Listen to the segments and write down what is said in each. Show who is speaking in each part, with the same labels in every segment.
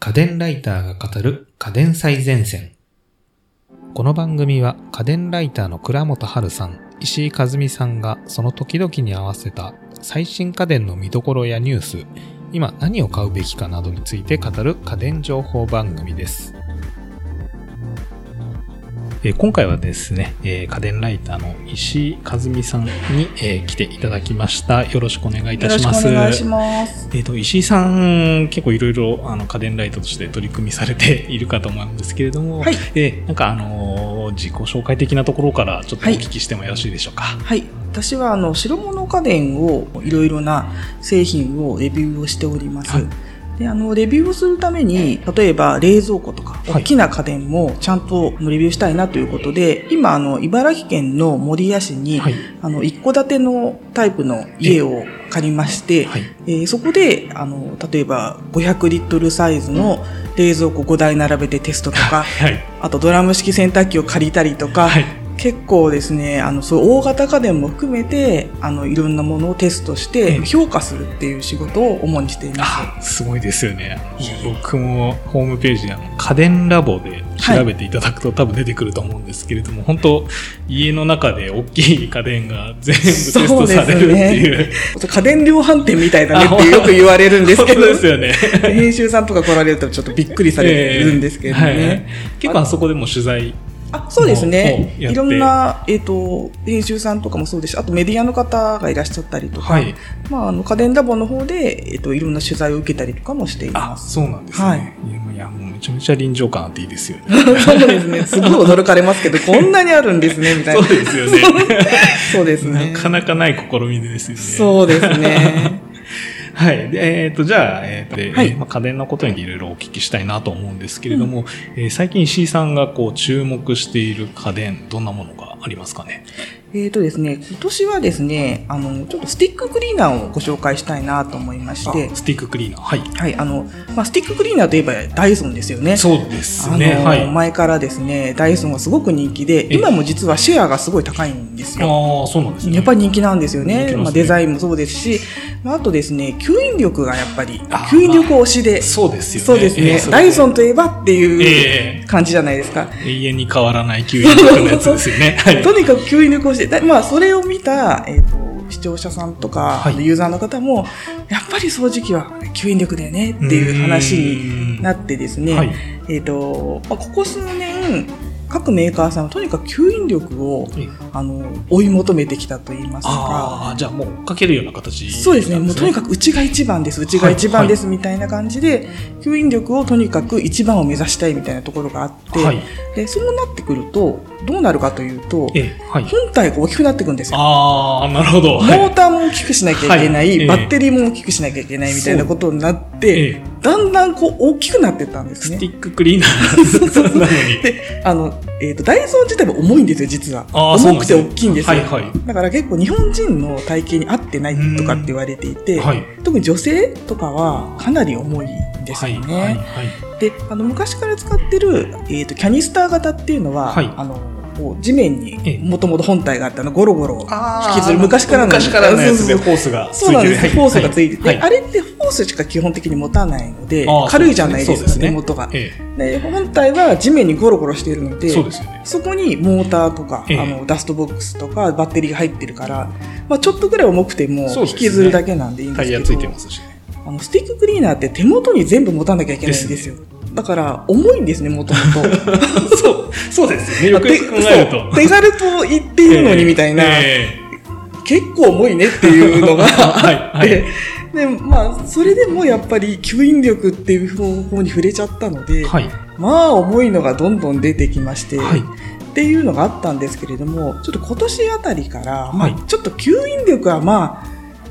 Speaker 1: 家電ライターが語る家電最前線。この番組は家電ライターの倉本春さん、石井和美さんがその時々に合わせた最新家電の見どころやニュース、今何を買うべきかなどについて語る家電情報番組です。えー今回はですね、えー家電ライターの石井和美さんに、えー来ていただきました。よろしくお願いいたします。
Speaker 2: よろしくお願いします。
Speaker 1: えー、と石井さん、結構いろいろあの家電ライターとして取り組みされているかと思うんですけれども、
Speaker 2: はい
Speaker 1: えーなんか、あのー自己紹介的なところからちょっとお
Speaker 2: はい
Speaker 1: 聞きしてもよろしいでしょうか。
Speaker 2: はい。私は、あの、白物家電を、いろいろな製品をレビューをしております。
Speaker 1: はい
Speaker 2: で、あの、レビューをするために、例えば冷蔵庫とか、
Speaker 1: はい
Speaker 2: 大きな家電もちゃんとあのレビューしたいなということで、今、あの、茨城県の守谷市に、
Speaker 1: はい
Speaker 2: あの、一戸建てのタイプの家を借りまして、
Speaker 1: はい
Speaker 2: えーそこであの例えば500リットルサイズの冷蔵庫5台並べてテストと か、
Speaker 1: はい
Speaker 2: あとドラム式洗濯機を借りたりとか、
Speaker 1: はい
Speaker 2: 結構ですねあのそういう大型家電も含めてあのいろんなものをテストし
Speaker 1: ええ
Speaker 2: て評価するっていう仕事を主にしています。
Speaker 1: あすごいですよね。僕もホームページであの家電ラボで調べていただくと多分出てくると思うんですけれども、本当家の中で大きい家電が全部テストされるっていう。
Speaker 2: 家電量販店みたいだね
Speaker 1: あ
Speaker 2: ってよく言われるんですけ
Speaker 1: 本
Speaker 2: ど
Speaker 1: 当ですよね。
Speaker 2: 編集さんとか来られるとちょっとびっくりされるんですけどね。
Speaker 1: えーはい結構あそこでも取材
Speaker 2: あそうですね
Speaker 1: もうもうやって
Speaker 2: いろんな、えっと編集さんとかもそうですしあとメディアの方がいらっしゃったりとか、
Speaker 1: はい
Speaker 2: まあ、あの家電ラボの方で、えっといろんな取材を受けたりとかもしてい
Speaker 1: あ、
Speaker 2: ます。
Speaker 1: そうなんですね。
Speaker 2: はい
Speaker 1: いや、もういやもうめちゃめちゃ臨場感あっていいですよね。
Speaker 2: そうですね。すごい驚かれますけど、こんなにあるんですね、みたい
Speaker 1: そ
Speaker 2: な
Speaker 1: う。ですよね。
Speaker 2: そうです ね。
Speaker 1: なかなかない試みですよね。
Speaker 2: そうですね。
Speaker 1: はい。でえっ、と、じゃあ、えーとで
Speaker 2: はい
Speaker 1: まあ、家電のことにいろいろお聞きしたいなと思うんですけれども、えー最近石井さんがこう注目している家電、どんなものがありますかね
Speaker 2: えっとですね、今年はですね、あの、ちょっとスティッククリーナーをご紹介したいなと思いまして
Speaker 1: あ、スティッククリーナー。はい。
Speaker 2: はい、あの、まあ、スティッククリーナーといえばダイソンですよね。
Speaker 1: そうです
Speaker 2: あの
Speaker 1: ね。はい。あ
Speaker 2: 前からですね、ダイソンがすごく人気で、
Speaker 1: え
Speaker 2: 今も実はシェアがすごい高いんですよ。
Speaker 1: あー、そうなんですね。
Speaker 2: やっぱり人気なんですよね。
Speaker 1: 人気なんですね
Speaker 2: まあ、デザインもそうですし、まあ、あとですね、吸引力がやっぱり
Speaker 1: あ、
Speaker 2: 吸引力推しで、
Speaker 1: そうですよね。
Speaker 2: そうですね、
Speaker 1: えー
Speaker 2: ダイソンと
Speaker 1: え
Speaker 2: いえばっ
Speaker 1: え
Speaker 2: てい
Speaker 1: え
Speaker 2: う感じじゃないですか。
Speaker 1: 永遠に変わらない吸引力のやつですよね。 はい。
Speaker 2: とにかく吸引力をして、だまあ、それを見た、えー、と視聴者さんとか、
Speaker 1: はい
Speaker 2: ユーザーの方も、やっぱり掃除機は吸引力だよねっていう話になってですね、
Speaker 1: うーんはい
Speaker 2: えーとまあ、ここ数年、各メーカーさんはとにかく吸引力を
Speaker 1: えー
Speaker 2: あの追い求めてきたといいますか、
Speaker 1: ああ、じゃあもう追っかけるような形なん
Speaker 2: そうですね。もうとに
Speaker 1: か
Speaker 2: かくうちが一番です、うちが
Speaker 1: はい
Speaker 2: 一番ですみたいな感じで、吸引力をとにかく一番を目指したいみたいなところがあって、
Speaker 1: はい。
Speaker 2: でそうなってくると、どうなるかというと、
Speaker 1: ええ、はい。
Speaker 2: 本体が大きくなってくんですよ。
Speaker 1: ああ、なるほど。
Speaker 2: モ
Speaker 1: はい
Speaker 2: ーターも大きくしなきゃいけな
Speaker 1: はいえ
Speaker 2: い、
Speaker 1: え
Speaker 2: バッテリーも大きくしなきゃいけないみたいなことになっ
Speaker 1: え
Speaker 2: て
Speaker 1: え、
Speaker 2: だんだんこう大きくなってったんです
Speaker 1: ス
Speaker 2: ね
Speaker 1: テ。ィッククリーナーなのに。
Speaker 2: で、あの、えっ、と、ダイソー自体も重いんですよ、実は。
Speaker 1: あーそうなんで
Speaker 2: 重く
Speaker 1: す
Speaker 2: て
Speaker 1: ね
Speaker 2: 大きいんですよ。
Speaker 1: はいはい
Speaker 2: だから結構日本人の体型に合ってないとかって言われていて、
Speaker 1: はい。
Speaker 2: 特に女性とかはかなり重いんですよね。
Speaker 1: はい。はい。
Speaker 2: であの昔から使ってる、えー、とキャニスター型っていうのは、
Speaker 1: はい
Speaker 2: あのこう地面
Speaker 1: ええ
Speaker 2: にもともと本体があったのゴロゴロ
Speaker 1: はい
Speaker 2: 引きずる昔からの
Speaker 1: 昔からのやつで
Speaker 2: そうそうそう
Speaker 1: ホースがつい
Speaker 2: そう
Speaker 1: て
Speaker 2: なん
Speaker 1: る。
Speaker 2: ですフォースがついてて、
Speaker 1: はいはい
Speaker 2: あれってフォースしか基本的に持たないので
Speaker 1: あー
Speaker 2: 軽いじゃないで
Speaker 1: そう
Speaker 2: す
Speaker 1: で
Speaker 2: か
Speaker 1: すね
Speaker 2: 根元が、
Speaker 1: ええ
Speaker 2: で本体は地面にゴロゴロしているので
Speaker 1: そうですよね。
Speaker 2: そこにモーターとか、
Speaker 1: ええ
Speaker 2: あのダストボックスとかバッテリーが入ってるから、まあ、ちょっとぐらい重くても
Speaker 1: そうですね
Speaker 2: 引きずるだけなんでいいんで
Speaker 1: タ
Speaker 2: す
Speaker 1: イ
Speaker 2: け
Speaker 1: ヤ
Speaker 2: ど
Speaker 1: ついてますしね。
Speaker 2: あのスティッククリーナーって手元に全部持たなきゃいけないんですよ。だから、重いんですね、もともと。
Speaker 1: そう、そうです よね。よく考える
Speaker 2: そう
Speaker 1: と。
Speaker 2: 手軽と言っているのにみたい な、
Speaker 1: え
Speaker 2: 結構重いねっていうの が
Speaker 1: はい
Speaker 2: あ
Speaker 1: は
Speaker 2: っ
Speaker 1: い
Speaker 2: て、で、まあ、それでもやっぱり吸引力っていう方法に触れちゃったの
Speaker 1: え
Speaker 2: で、
Speaker 1: はい。
Speaker 2: まあ、重いのがどんどん出てきまして、
Speaker 1: はい。
Speaker 2: っていうのがあったんですけれども、ちょっと今年あたりから、
Speaker 1: はい
Speaker 2: まあ、ちょっと吸引力はま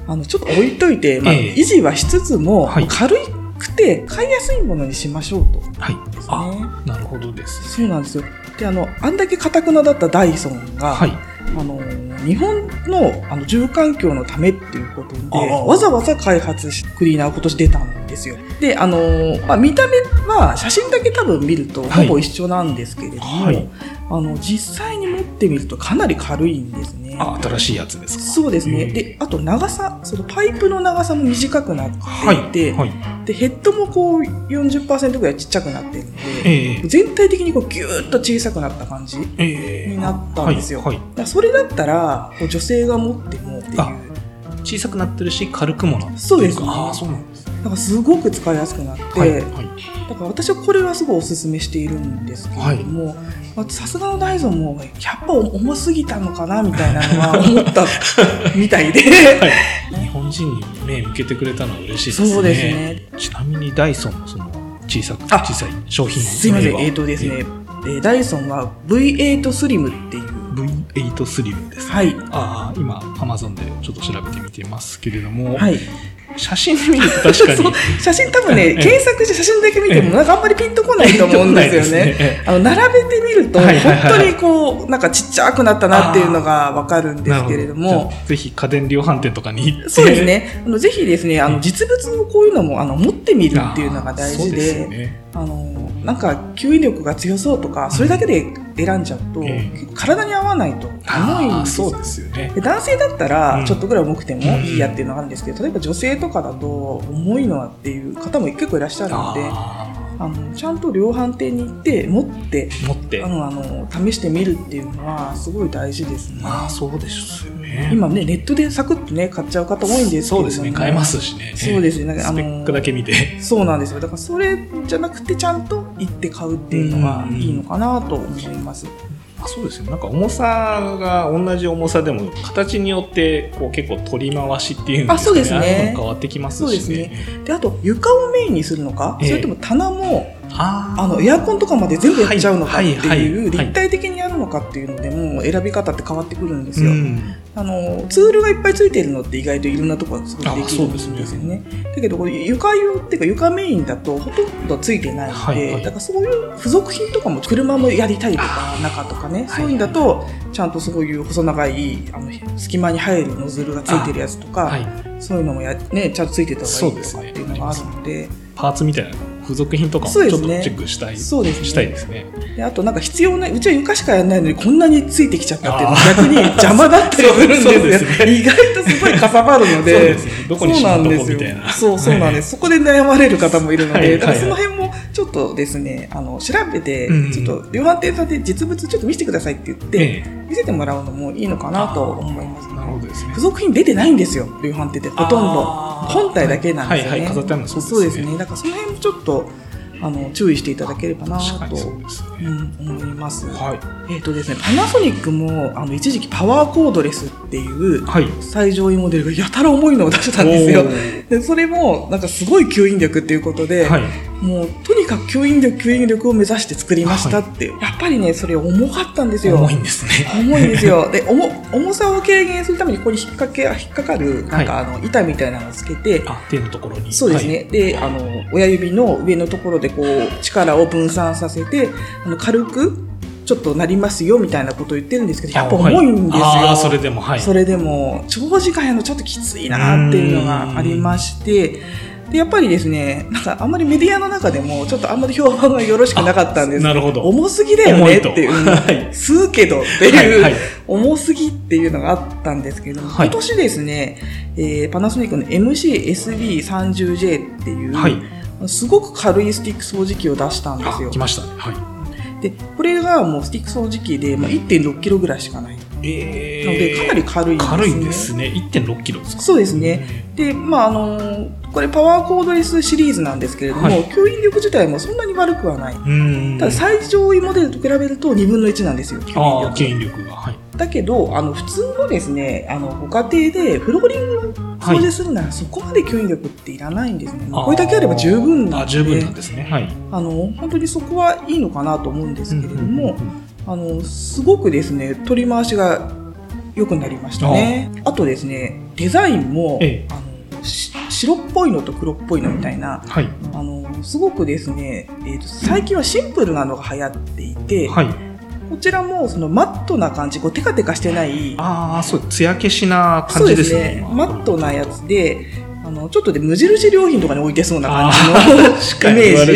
Speaker 2: あ、あの、ちょっと置いといて、まあ、
Speaker 1: ええ
Speaker 2: 維持はしつつも、
Speaker 1: はい
Speaker 2: 軽くて買いやすいものにしましょうと。
Speaker 1: はい。
Speaker 2: すね
Speaker 1: あ、なるほどです。
Speaker 2: そうなんですよ。で、あの、あんだけ堅くなだったダイソンが、
Speaker 1: はい。
Speaker 2: あの、日本のあの住環境のためっていうこと
Speaker 1: あ
Speaker 2: で、
Speaker 1: あ
Speaker 2: わざわざ開発し、クリーナーを今年出たんですよ。で、あの、まあ、見た目は写真だけ多分見ると
Speaker 1: は
Speaker 2: ほ
Speaker 1: い
Speaker 2: ぼ一緒なんですけれども、
Speaker 1: はい
Speaker 2: あの、実際に持ってみるとかなり軽いんですね。
Speaker 1: あ、新しいやつですか。
Speaker 2: そうです
Speaker 1: へ
Speaker 2: ね。
Speaker 1: ー
Speaker 2: で、あと長さ、そのパイプの長さも短くなっていて、
Speaker 1: はい。
Speaker 2: で、ヘッドもこう40%ぐらいちっちゃくなってるので、
Speaker 1: ええ
Speaker 2: 全体的にこうギューッと小さくなった感じ。
Speaker 1: ええ
Speaker 2: になったんですよ
Speaker 1: はい。はい
Speaker 2: だからそれだったら、こう女性が持ってもっていう。
Speaker 1: あ小さくなってるし、軽くもなってるか
Speaker 2: そうですね
Speaker 1: ああ、そうなんですね。
Speaker 2: なんかすごく使いやすくなって、
Speaker 1: はい。はい。
Speaker 2: だから私はこれはすごいおすすめしているんですけれども、まあさすがのダイソンもやっぱ重すぎたのかなみたいなのは思ったみたいで、
Speaker 1: 日本人に目向けてくれたのは嬉しいですね。
Speaker 2: そうです。ね。
Speaker 1: ちなみにダイソンのその小さく、
Speaker 2: あ
Speaker 1: 小さい商品
Speaker 2: すいません、えっ、
Speaker 1: ー
Speaker 2: とですね、えーダイソンは V8 スリムっていう、
Speaker 1: V8 スリムですね。
Speaker 2: はい、
Speaker 1: ああ、今、アマゾンでちょっと調べてみていますけれども、
Speaker 2: はい、
Speaker 1: 写真で見ると確か
Speaker 2: そう
Speaker 1: に。
Speaker 2: 写真多分ね、
Speaker 1: ええ
Speaker 2: 検索して写真だけ見て
Speaker 1: ええ
Speaker 2: もなんかあんまりピンとこないと思うんです よね。
Speaker 1: ね。
Speaker 2: あの並べてみると、
Speaker 1: はい
Speaker 2: 本
Speaker 1: はいはい
Speaker 2: 当にこう、なんかちっちゃくなったなっていうのがわかるんで
Speaker 1: なる
Speaker 2: す
Speaker 1: ほ
Speaker 2: けれども
Speaker 1: じ、ゃあぜひ家電量販店とかに行って。
Speaker 2: そうですね。あのぜひですね、あ
Speaker 1: う
Speaker 2: の
Speaker 1: ん
Speaker 2: 実物をこういうのもあの持ってみる
Speaker 1: あー。
Speaker 2: っていうのが大
Speaker 1: そう
Speaker 2: 事
Speaker 1: です
Speaker 2: で、
Speaker 1: よね。
Speaker 2: あのなんか吸引力が強そうとか、それだけで選んじゃうと、
Speaker 1: ええ
Speaker 2: 結構体に合わないと重い
Speaker 1: あ
Speaker 2: ん
Speaker 1: あ、
Speaker 2: ですよ
Speaker 1: そうですよね。
Speaker 2: で男性だった
Speaker 1: うん
Speaker 2: らちょっとぐらい重くても
Speaker 1: うん
Speaker 2: いいやっていうのがあるんですけど、例えば女性とかだと重いのはっていう方も結構いらっしゃるので、あ
Speaker 1: あ
Speaker 2: のちゃんと量販店に行って持って
Speaker 1: あ、持って
Speaker 2: あ。のあの試してみるっていうのはすごい大事ですね。
Speaker 1: まあ、そうですよね。
Speaker 2: 今ねネットでサクッとね買っちゃう方多いんですけ
Speaker 1: そ
Speaker 2: れども
Speaker 1: うですね。買えますしね。
Speaker 2: そうですねなんか
Speaker 1: ス
Speaker 2: あの
Speaker 1: ペックだけ見て。
Speaker 2: そうなんですよだからそれじゃなくてちゃんと行って買うっていうのがいいのかなと思います。
Speaker 1: あそうですね。なんか重さが同じ重さでも、形によって、こう結構取り回しっていうんですかね。
Speaker 2: あそうですね
Speaker 1: ああいうのも変わってきますしね。
Speaker 2: そうですであと床をメインにするのか、
Speaker 1: ええ
Speaker 2: それとも棚も
Speaker 1: ああ
Speaker 2: あのエアコンとかまで全部やっちゃうのかって
Speaker 1: はいはいはい
Speaker 2: い
Speaker 1: はいう
Speaker 2: 立体的にやるのかっていうのでもう選び方って変わってくるんです
Speaker 1: う
Speaker 2: よ。
Speaker 1: ん。
Speaker 2: あのツールがいっぱいついてるのって意外といろんなところがすごいできるん
Speaker 1: あ
Speaker 2: で
Speaker 1: そ
Speaker 2: す
Speaker 1: う
Speaker 2: よ
Speaker 1: です
Speaker 2: ね。だけどこれ床用っていうか床メインだとほとんどついてないので、
Speaker 1: はいはい
Speaker 2: だからそういう付属品とかも車もやりたいとか中とかね、そういうんだとちゃんとそういう細長いあの隙間に入るノズルがついてるやつとか、
Speaker 1: はい。
Speaker 2: そういうのもや、ね、ちゃんとついてた方がい
Speaker 1: そう
Speaker 2: いとかっ
Speaker 1: ですね
Speaker 2: ていうのがあるので
Speaker 1: パーツみたいな付属品とかもち
Speaker 2: そ
Speaker 1: ょ
Speaker 2: う
Speaker 1: っ
Speaker 2: で
Speaker 1: と
Speaker 2: す
Speaker 1: チ
Speaker 2: ね
Speaker 1: ェックしたい、
Speaker 2: そうですね
Speaker 1: したいですね。
Speaker 2: であとなんか必要なうちは床しかやらないのにこんなについてきちゃったっていうのは逆に邪魔だったりするんです
Speaker 1: そう
Speaker 2: よ
Speaker 1: ですね
Speaker 2: 意外とすごいかさばるの
Speaker 1: そう
Speaker 2: で
Speaker 1: ですね どこにしまっとこうみたいな
Speaker 2: そうなんですよそうそうなんです、そこで悩まれる方もいるので、
Speaker 1: はいはい
Speaker 2: だからその辺もちょっとですねあの調べて、
Speaker 1: うんうん
Speaker 2: ちょっと量販店さんで実物ちょっと見せてくださいって言って、
Speaker 1: ええ
Speaker 2: 見せてもらうのもいいのかなと思います、
Speaker 1: なるほどですね
Speaker 2: 付。属品出てないんですよ量販店ってほとんど
Speaker 1: あー
Speaker 2: 本体だけなんですよね、
Speaker 1: はいはい飾ってあるのそうですね
Speaker 2: そうですねだからその辺もちょっとあの注意していただければな
Speaker 1: 確か
Speaker 2: と
Speaker 1: にそうです
Speaker 2: う
Speaker 1: ね。
Speaker 2: ん、思います。
Speaker 1: は
Speaker 2: えっ、とですね、パナソニックも、あの、一時期パワーコードレスっていう、
Speaker 1: い。はい。
Speaker 2: 最上位モデルがやたら重いのを出してたんですよ
Speaker 1: お。ー
Speaker 2: で、それも、なんかすごい吸引力っていうことで、
Speaker 1: はい。
Speaker 2: もう、とにかく吸引力、吸引力を目指して作りましたって、やっぱりね、それ重かったんですよ。
Speaker 1: 重いんですね。
Speaker 2: 重いんですよ。 で、重、重さを軽減するために、ここに引っ掛け、引っかかる、なんかあの、板みたいなのをつけて、
Speaker 1: あ、手のところに。
Speaker 2: そうですね。で、あの、親指の上のところでこう、力を分散させて、あの、軽く、ちょっとなりますよ、みたいなことを言ってるんですけど、
Speaker 1: は。
Speaker 2: やっぱ重いんですよ。
Speaker 1: あはいあー、それでも、はい。
Speaker 2: それでも、長時間やるのちょっときついなっていうのがありまして、で、やっぱりですね、なんかあんまりメディアの中でも、ちょっとあんまり評判がよろしくなかったんです
Speaker 1: なるほど。
Speaker 2: 重すぎだよねっていう、
Speaker 1: 重いとはい
Speaker 2: 吸うけどって
Speaker 1: はい
Speaker 2: いう、
Speaker 1: はい
Speaker 2: 重すぎっていうのがあったんですけど、
Speaker 1: はい
Speaker 2: 今年ですね、えーパナソニックの MCSB30J っていう、
Speaker 1: はい。
Speaker 2: すごく軽いスティック掃除機を出したんです
Speaker 1: あ、
Speaker 2: よ
Speaker 1: 来。ましたね。は。
Speaker 2: で、これがもうスティック掃除機で、まあ、1.6キロぐらいしかない。ない
Speaker 1: え
Speaker 2: ので、かなり軽いんです、ね。
Speaker 1: 軽いんですね。1.6キロですか。
Speaker 2: そうですね。で、まあ、あのーこれパワーコードレスシリーズなんですけれども、
Speaker 1: はい
Speaker 2: 吸引力自体もそんなに悪くはない。
Speaker 1: うん。
Speaker 2: ただ最上位モデルと比べると2分の1なんですよ、吸引
Speaker 1: ああ、
Speaker 2: 力。
Speaker 1: 吸引力が。はい。
Speaker 2: だけど、あの、普通のですね、あの、ご家庭でフローリングを掃除するなら、そこまで吸引力っていらないんですね。もうこれだけあれば十分な
Speaker 1: あ
Speaker 2: の
Speaker 1: ー
Speaker 2: で、
Speaker 1: 十分なんですね。はい。
Speaker 2: あの、本当にそこはいいのかなと思うんですけれども、
Speaker 1: うんうんうん
Speaker 2: あの、すごくですね、取り回しが良くなりましたね。あとですね、デザインも、
Speaker 1: ええ
Speaker 2: あのし白っぽいのと黒っぽいのみたいな、
Speaker 1: はい。
Speaker 2: あの、すごくですね、えーと、最近はシンプルなのが流行っていて、
Speaker 1: はい。
Speaker 2: こちらもそのマットな感じ、こうテカテカしてない、
Speaker 1: ああ、そう、艶消しな
Speaker 2: そ
Speaker 1: 感
Speaker 2: う
Speaker 1: じで
Speaker 2: で
Speaker 1: す
Speaker 2: す
Speaker 1: ね
Speaker 2: ね。、マットなやつで、あの、ちょっとで無印良品とかに置いてそうな感
Speaker 1: 確
Speaker 2: じのイメージ。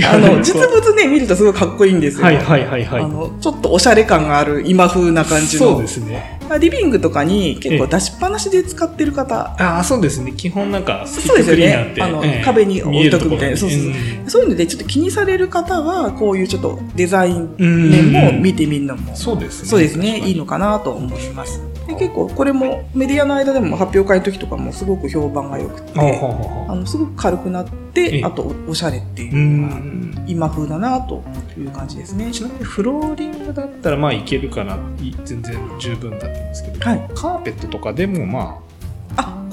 Speaker 1: ジ
Speaker 2: あの、実物ね、見るとすごいかっこいいんですよ。
Speaker 1: はいはいはいはい。
Speaker 2: あの、ちょっとおしゃれ感がある今風な感じの。
Speaker 1: そうですね。
Speaker 2: まあ、リビングとかに結構出しっぱなしで使ってる方、
Speaker 1: ああ、そうですね。基本なんか、ス
Speaker 2: そうですよ
Speaker 1: クリー
Speaker 2: ね
Speaker 1: ンって
Speaker 2: あの、
Speaker 1: ええ
Speaker 2: 壁に置いとくみたい
Speaker 1: 見える
Speaker 2: な
Speaker 1: ところ
Speaker 2: そうそう
Speaker 1: に
Speaker 2: そう,、そういうのでちょっと気にされる方はこういうちょっとデザイン
Speaker 1: うん
Speaker 2: 面も見てみるのも、
Speaker 1: そうですね。
Speaker 2: そうですね
Speaker 1: 確か
Speaker 2: い
Speaker 1: に
Speaker 2: いのかなと思いますで結構これもメディアの間でも発表会の時とかもすごく評判が良くて
Speaker 1: ほうほうほうほう
Speaker 2: あのすごく軽くなっ
Speaker 1: ええ
Speaker 2: てあとおしゃれっていううのが
Speaker 1: ん。
Speaker 2: 今風だなという感じですね
Speaker 1: ちなみにフローリングだったらまあいけるからい全然十分だったんですけど、
Speaker 2: はい
Speaker 1: カーペットとかでもま
Speaker 2: あ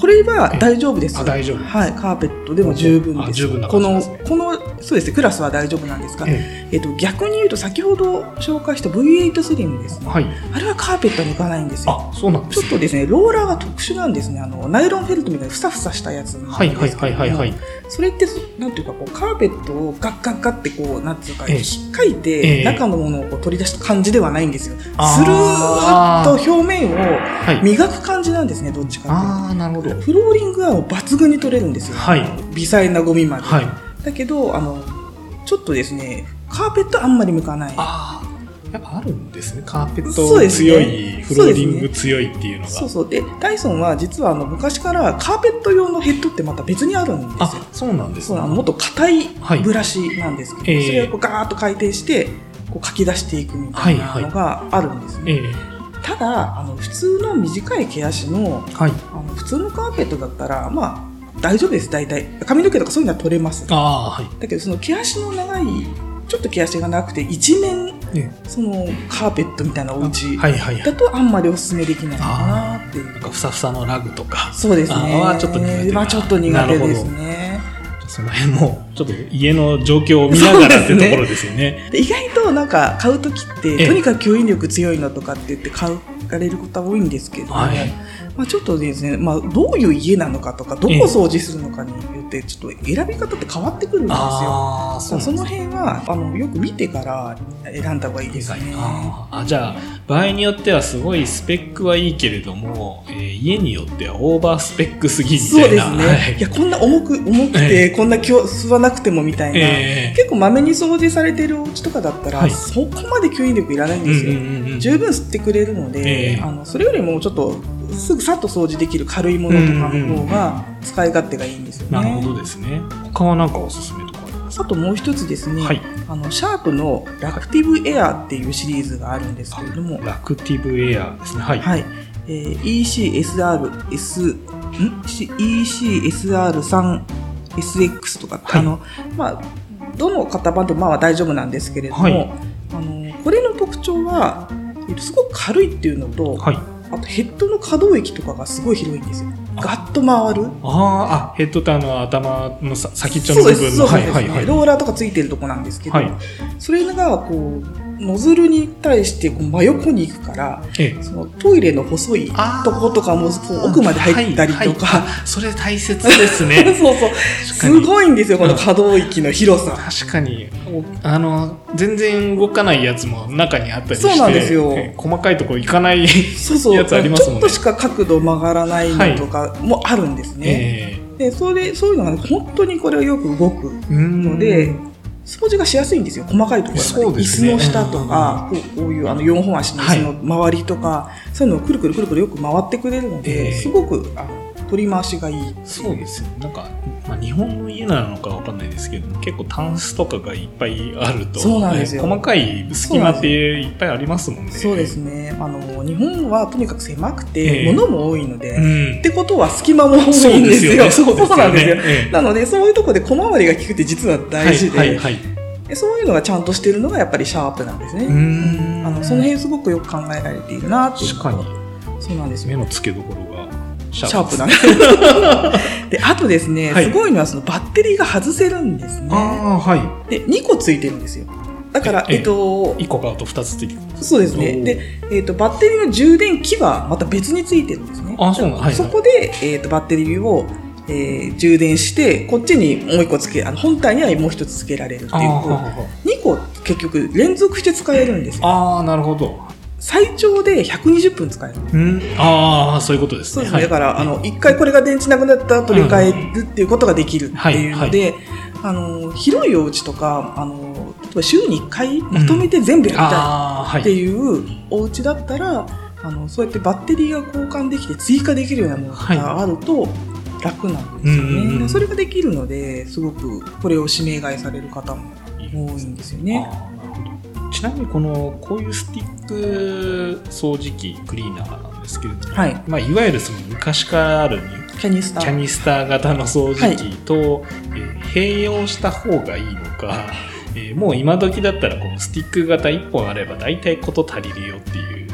Speaker 2: これは大丈夫です
Speaker 1: ああ大丈夫です
Speaker 2: はいカーペットでも十分
Speaker 1: あ
Speaker 2: です
Speaker 1: 十分な
Speaker 2: こ
Speaker 1: 感じなんで
Speaker 2: の
Speaker 1: すね
Speaker 2: このそうですねクラスは大丈夫なんです
Speaker 1: あ、
Speaker 2: が、えっと、逆に言うと先ほど紹介した V8 スリムですね
Speaker 1: はい
Speaker 2: あれはカーペットに浮かないんですよ
Speaker 1: あそうなんで
Speaker 2: ち
Speaker 1: す
Speaker 2: ょっとですねローラーが特殊なんですねあのナイロンフェルトみたいなふさふさしたやつな
Speaker 1: は
Speaker 2: ん
Speaker 1: いは
Speaker 2: で
Speaker 1: い
Speaker 2: すけ
Speaker 1: は
Speaker 2: れ
Speaker 1: い
Speaker 2: ども
Speaker 1: はいはい
Speaker 2: それってそなんていうかこうカーペットをガッガッガッってこうなんていうか
Speaker 1: ええ
Speaker 2: ひっかい
Speaker 1: ええ
Speaker 2: て中のものをこう取り出した感じではないんですよ、スルーッ
Speaker 1: あ
Speaker 2: と
Speaker 1: ー
Speaker 2: 表面を
Speaker 1: はい
Speaker 2: 磨く感じなんですねどっちか
Speaker 1: あーなるほ
Speaker 2: っていう
Speaker 1: ど
Speaker 2: とフローリングはもう抜群に取れるんですよ、
Speaker 1: はい
Speaker 2: 微細なゴミまで、
Speaker 1: はい
Speaker 2: だけどあのちょっとですねカーペットあんまり向かない
Speaker 1: ああやっぱあるんですねカーペッ
Speaker 2: そう
Speaker 1: ト
Speaker 2: ですね
Speaker 1: 強いフローリン
Speaker 2: そう
Speaker 1: グ
Speaker 2: で
Speaker 1: 強いっていうのが
Speaker 2: そうそうでダイソンは実はあの昔からカーペット用のヘッドってまた別にあるんですよ
Speaker 1: あそうなんです
Speaker 2: そう
Speaker 1: ね
Speaker 2: あのもっと硬い
Speaker 1: はい
Speaker 2: ブラシなんですけど、
Speaker 1: ええ
Speaker 2: それをこうガーッと回転してこうかき出していくみたいなのがあるんですね、
Speaker 1: ええ
Speaker 2: ただあの普通の短い毛足の
Speaker 1: はい
Speaker 2: あの普通のカーペットだったらまあ大丈夫です大体髪の毛とかそういうのは取れますだ
Speaker 1: ああーは
Speaker 2: けどその毛足の長いちょっと毛足が長くて一面
Speaker 1: い、ね
Speaker 2: そのカーペットみたいなお家
Speaker 1: はいはいはい
Speaker 2: だとあんまりおすすめできないかなっていう
Speaker 1: なんかふさふさのラグとか
Speaker 2: そうです
Speaker 1: あ
Speaker 2: ね。
Speaker 1: はちょっと苦手だ
Speaker 2: まあちょっと苦手ですね。
Speaker 1: その辺もちょっと家の状況を見ながらって
Speaker 2: そ
Speaker 1: いう
Speaker 2: うですね
Speaker 1: ところですよね
Speaker 2: で意外となんか買う時っ
Speaker 1: ええ
Speaker 2: て、とにかく吸引力強いのとかって言って買うられることは多いんですけども、
Speaker 1: はい
Speaker 2: まあちょっとですね、まあどういう家なのかとか、どこ掃除するのかによって、ちょっと選び方って変わってくるんですよ。
Speaker 1: ああ
Speaker 2: そ
Speaker 1: そうなんですね
Speaker 2: の辺はあのよく見てから選んだ方がいいですね。
Speaker 1: あーあじゃあ場合によってはすごいスペックはいいけれども、えー家によってはオーバースペックすぎみ
Speaker 2: そ
Speaker 1: た
Speaker 2: う
Speaker 1: い
Speaker 2: で
Speaker 1: な
Speaker 2: すね。
Speaker 1: はい
Speaker 2: い、やこんな重く重く
Speaker 1: え
Speaker 2: て、こんな気を吸わなくてもみたいな。
Speaker 1: え
Speaker 2: 結構まめに掃除されてるお家とかだったら、
Speaker 1: はい
Speaker 2: そこまで吸引力いらないん
Speaker 1: ー
Speaker 2: ですよ、
Speaker 1: うんうんうんうん
Speaker 2: 十分吸ってくれるので、
Speaker 1: ええ
Speaker 2: あのそれよりもちょっとすぐさっと掃除できる軽いものとかの方が使い勝手がいいんですよね、
Speaker 1: なるほどですね他は何かおすすめとかあります
Speaker 2: あともう一つですね、
Speaker 1: はい
Speaker 2: あのシャープのラクティブエアーっていうシリーズがあるんですけれども、
Speaker 1: ラクティブエアーですねはい、
Speaker 2: はいえー、ECSRS ん ECSR3SX とかって、
Speaker 1: はい
Speaker 2: あのまあ、どの型番でもまあ大丈夫なんですけれども、
Speaker 1: はい
Speaker 2: あのこれの特徴はえっとすごく軽いっていうのと、
Speaker 1: はい、
Speaker 2: あとヘッドの可動域とかがすごい広いんですよガッと回る
Speaker 1: あーあヘッドターの頭のさ先っちょの
Speaker 2: そう
Speaker 1: 部
Speaker 2: です
Speaker 1: 分
Speaker 2: そ
Speaker 1: の
Speaker 2: うです
Speaker 1: は
Speaker 2: ね
Speaker 1: いはいはい
Speaker 2: ローラーとかついてるとこなんですけど、
Speaker 1: はい
Speaker 2: それがこうノズルに対してこう真横に行くから
Speaker 1: ええ
Speaker 2: そのトイレの細い
Speaker 1: あー
Speaker 2: とことかもこう奥まで入ったりとか、
Speaker 1: はいはいあそれ大切です ね
Speaker 2: そうそう
Speaker 1: か
Speaker 2: す
Speaker 1: に
Speaker 2: ごいんですよこの可動域の広さ、
Speaker 1: 確かにおあの全然動かないやつも中にあったりして
Speaker 2: そうなんですよ
Speaker 1: え細かいところ行かない、
Speaker 2: そうそう
Speaker 1: やつありますもんね
Speaker 2: ちょっとしか角度曲がらないのとかもあるんですね、
Speaker 1: え
Speaker 2: でそれでそういうのが、ね、本当にこれはよく動く
Speaker 1: えうん
Speaker 2: ので掃除がしやすいんですよ細かいとこ
Speaker 1: そ
Speaker 2: ろ
Speaker 1: う
Speaker 2: ま
Speaker 1: で
Speaker 2: です
Speaker 1: ね
Speaker 2: 椅子の下とか、こうこういうあの4本足の椅子の周りとか、そういうのをくるくるくるくるよく回ってくれるの
Speaker 1: え
Speaker 2: で、
Speaker 1: え
Speaker 2: すごくあの取り回しがいいってい
Speaker 1: そうですよなんか、まあ、日本の家なのかわかんないですけど結構タンスとかがいっぱいあると
Speaker 2: そうなんですよ
Speaker 1: ね細かい隙間っていっぱいありますもんね
Speaker 2: そうですねあの日本はとにかく狭く
Speaker 1: え
Speaker 2: て、
Speaker 1: え
Speaker 2: 物も多いので、
Speaker 1: う
Speaker 2: っ
Speaker 1: ん
Speaker 2: てことは隙間も多
Speaker 1: そ
Speaker 2: い
Speaker 1: うんで
Speaker 2: ですす
Speaker 1: よね
Speaker 2: よ。
Speaker 1: そうですよね
Speaker 2: なんですよ。
Speaker 1: ええ
Speaker 2: なので、そういうとこで小回りが効くって実は大事で、
Speaker 1: はいはいはい
Speaker 2: でそういうのがちゃんとしてるのがやっぱりシャープなんですね。
Speaker 1: うーん
Speaker 2: あのその辺すごくよく考えられているなっていう
Speaker 1: 確かに
Speaker 2: そうなんですよ
Speaker 1: 目の付けどころがシ
Speaker 2: シャープ
Speaker 1: です
Speaker 2: な で、あとですね、
Speaker 1: はい
Speaker 2: すごいのはそのバッテリーが外せるんですね。
Speaker 1: ああは
Speaker 2: で、2個ついてるんですよ。だから、
Speaker 1: ええ
Speaker 2: えっと
Speaker 1: い、1個買うと2つついてくる
Speaker 2: そうです
Speaker 1: おー
Speaker 2: ね。で、えっと、バッテリーの充電器はまた別についてるんですね。
Speaker 1: あそうなんはい
Speaker 2: そこで、えっと、バッテリーを、えー充電して、こっちにもう一個つけ、あの本体にはもう一つつけられるっていう、こ
Speaker 1: あ
Speaker 2: う2個結局連続して使えるんです
Speaker 1: あ
Speaker 2: よ。
Speaker 1: ああなるほど
Speaker 2: 最長で120分使える。
Speaker 1: うんああそういうことです
Speaker 2: そう
Speaker 1: ね
Speaker 2: ですね、だから、
Speaker 1: はい
Speaker 2: あの1回これが電池なくなったら取り替えるっていうことができるっていうので、あの広いお家とかあの例えば週に1回まとめて全部やりた
Speaker 1: ああはい
Speaker 2: いっていうお家だったら、あのそうやってバッテリーが交換できて追加できるようなものがあると楽なんですよね、
Speaker 1: うんうんうん
Speaker 2: それができるのですごくこれを指名買いされる方も多いんですよね。
Speaker 1: あーなるほどちなみにこのこういうスティック掃除機クリーナーなんですけれども、
Speaker 2: はい、
Speaker 1: まあ、いわゆるその昔からある
Speaker 2: キャニスタ
Speaker 1: キャ
Speaker 2: ー
Speaker 1: ニスター型の掃除機と、えー併用した方がいいのか、 えーもう今時だったらこのスティック型1本あれば大体こと足りるよっていう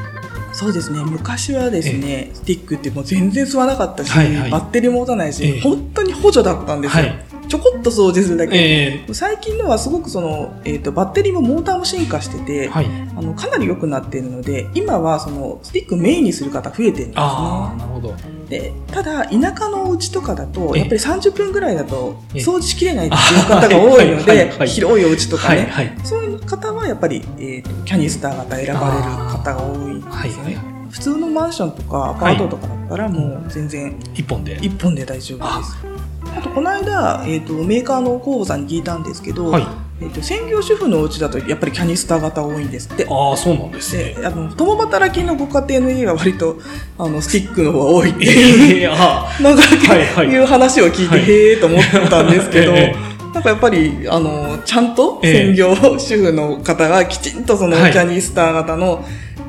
Speaker 2: そうですね昔はですね、スティックってもう全然吸わなかったし、
Speaker 1: はいはい
Speaker 2: バッテリーも持たないし、
Speaker 1: ええ
Speaker 2: 本当に補助だったんです
Speaker 1: は
Speaker 2: よ、
Speaker 1: い
Speaker 2: ちょこっと掃除するだけで、
Speaker 1: え
Speaker 2: 最近のはすごくその、えー、とバッテリーもモーターも進化してて、
Speaker 1: ーはい
Speaker 2: あのかなり良くなっているので今はそのスティックメインにする方増えてるんです
Speaker 1: ああ
Speaker 2: ね
Speaker 1: なるほど
Speaker 2: でただ田舎のお家とかだと
Speaker 1: ええ
Speaker 2: やっぱり30分ぐらいだと
Speaker 1: ええ
Speaker 2: 掃除しきれないっていう方が多いの
Speaker 1: はいはい
Speaker 2: で
Speaker 1: はいはい
Speaker 2: 広いお家とか
Speaker 1: は
Speaker 2: ね、
Speaker 1: いはい
Speaker 2: そういう方はやっぱり、えーとキャニスター型選ばれる方が多いんですよね、
Speaker 1: はいはいは
Speaker 2: 普通のマンションとかアパートとかだったらもう全然
Speaker 1: い1本で
Speaker 2: 1本で大丈夫ですあとこの間、えー、とメーカーの候補さんに聞いたんですけど、
Speaker 1: はい
Speaker 2: えー、と専業主婦のお家だとやっぱりキャニスター型多いんですって
Speaker 1: ああそうなんですね
Speaker 2: であの共働きのご家庭の家が割とあのスティックの方が多いっていう
Speaker 1: えー、あ
Speaker 2: なんか、
Speaker 1: はいはい
Speaker 2: いう話を聞いて、
Speaker 1: はい
Speaker 2: へえと思ったんですけど、
Speaker 1: ええ
Speaker 2: なんかやっぱりあのちゃんと
Speaker 1: ええ
Speaker 2: 専業主婦の方がきちんとそのキ
Speaker 1: はい
Speaker 2: ャニスター型の,、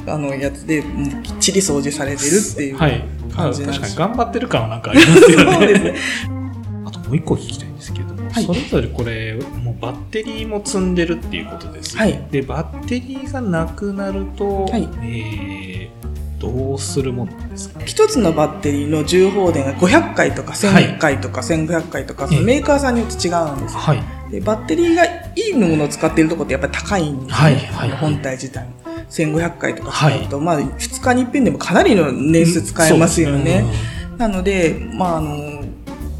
Speaker 2: あのやつでもうきっちり掃除されてるっていう、
Speaker 1: あはいあ
Speaker 2: 感じ
Speaker 1: 確
Speaker 2: なんです
Speaker 1: かに頑張ってる感はなんかありますよ
Speaker 2: そうですね
Speaker 1: あともう一個聞きたいんですけども、
Speaker 2: はい
Speaker 1: それぞれこれもうバッテリーも積んでるっていうことですよね、
Speaker 2: はい
Speaker 1: でバッテリーがなくなると、
Speaker 2: はい
Speaker 1: えーどうするものなんですか
Speaker 2: 一つのバッテリーの充放電が500回とか1000回とか1500回とか、
Speaker 1: い
Speaker 2: そのメーカーさんによって違うんですよ
Speaker 1: はい
Speaker 2: でバッテリーがいいものを使っているところってやっぱり高いんですね、
Speaker 1: はいはい
Speaker 2: あの本体自体も1500回とか使うと、まあ2日に一遍でもかなりの年数使えますよね、なのでまああの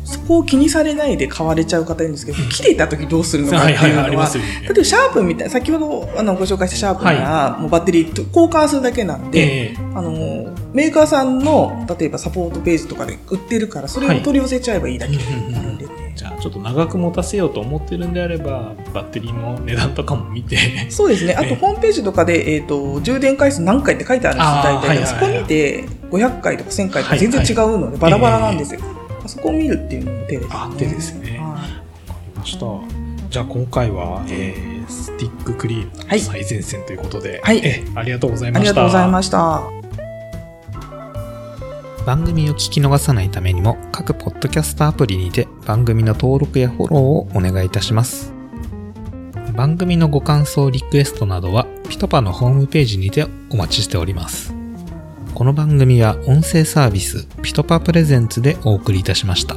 Speaker 2: そこを気にされないで買われちゃう方いるんですけど切れた時どうする
Speaker 1: そう
Speaker 2: の
Speaker 1: ですねうん
Speaker 2: かっ
Speaker 1: は
Speaker 2: て
Speaker 1: いいはいはいあ
Speaker 2: うのは、
Speaker 1: りますよね
Speaker 2: 例えばシャープみたいな先ほどあのご紹介したシャープなら、もうバッテリーと交換するだけなんで、
Speaker 1: えー
Speaker 2: あのメーカーさんの例えばサポートページとかで売ってるからそれを取り寄せちゃえばいいだけになるんでね、
Speaker 1: じゃあちょっと長く持たせようと思ってるんであればバッテリーの値段とかも見て
Speaker 2: そうですねあ
Speaker 1: ええ
Speaker 2: とホームページとかで、えー、と充電回数何回って書いてあるんですよ
Speaker 1: あー
Speaker 2: 大
Speaker 1: は
Speaker 2: 体、
Speaker 1: いはいはい
Speaker 2: そこ見て500回とか1000回とか全然違うので、
Speaker 1: はいはい
Speaker 2: バラバラなんですよ、そこを見るっていうのも手ですね
Speaker 1: あ手ですね
Speaker 2: は
Speaker 1: ましたじゃあ今回は、えースティッククリーンの
Speaker 2: はい
Speaker 1: 最前線ということで、
Speaker 2: はい
Speaker 1: えーありがとうござい
Speaker 2: いあ
Speaker 1: ま
Speaker 2: り
Speaker 1: し
Speaker 2: がとう
Speaker 1: た
Speaker 2: ございました
Speaker 1: 番組を聞き逃さないためにも各ポッドキャストアプリにて番組の登録やフォローをお願いいたします番組のご感想リクエストなどはピトパのホームページにてお待ちしておりますこの番組は音声サービスピトパプレゼンツでお送りいたしました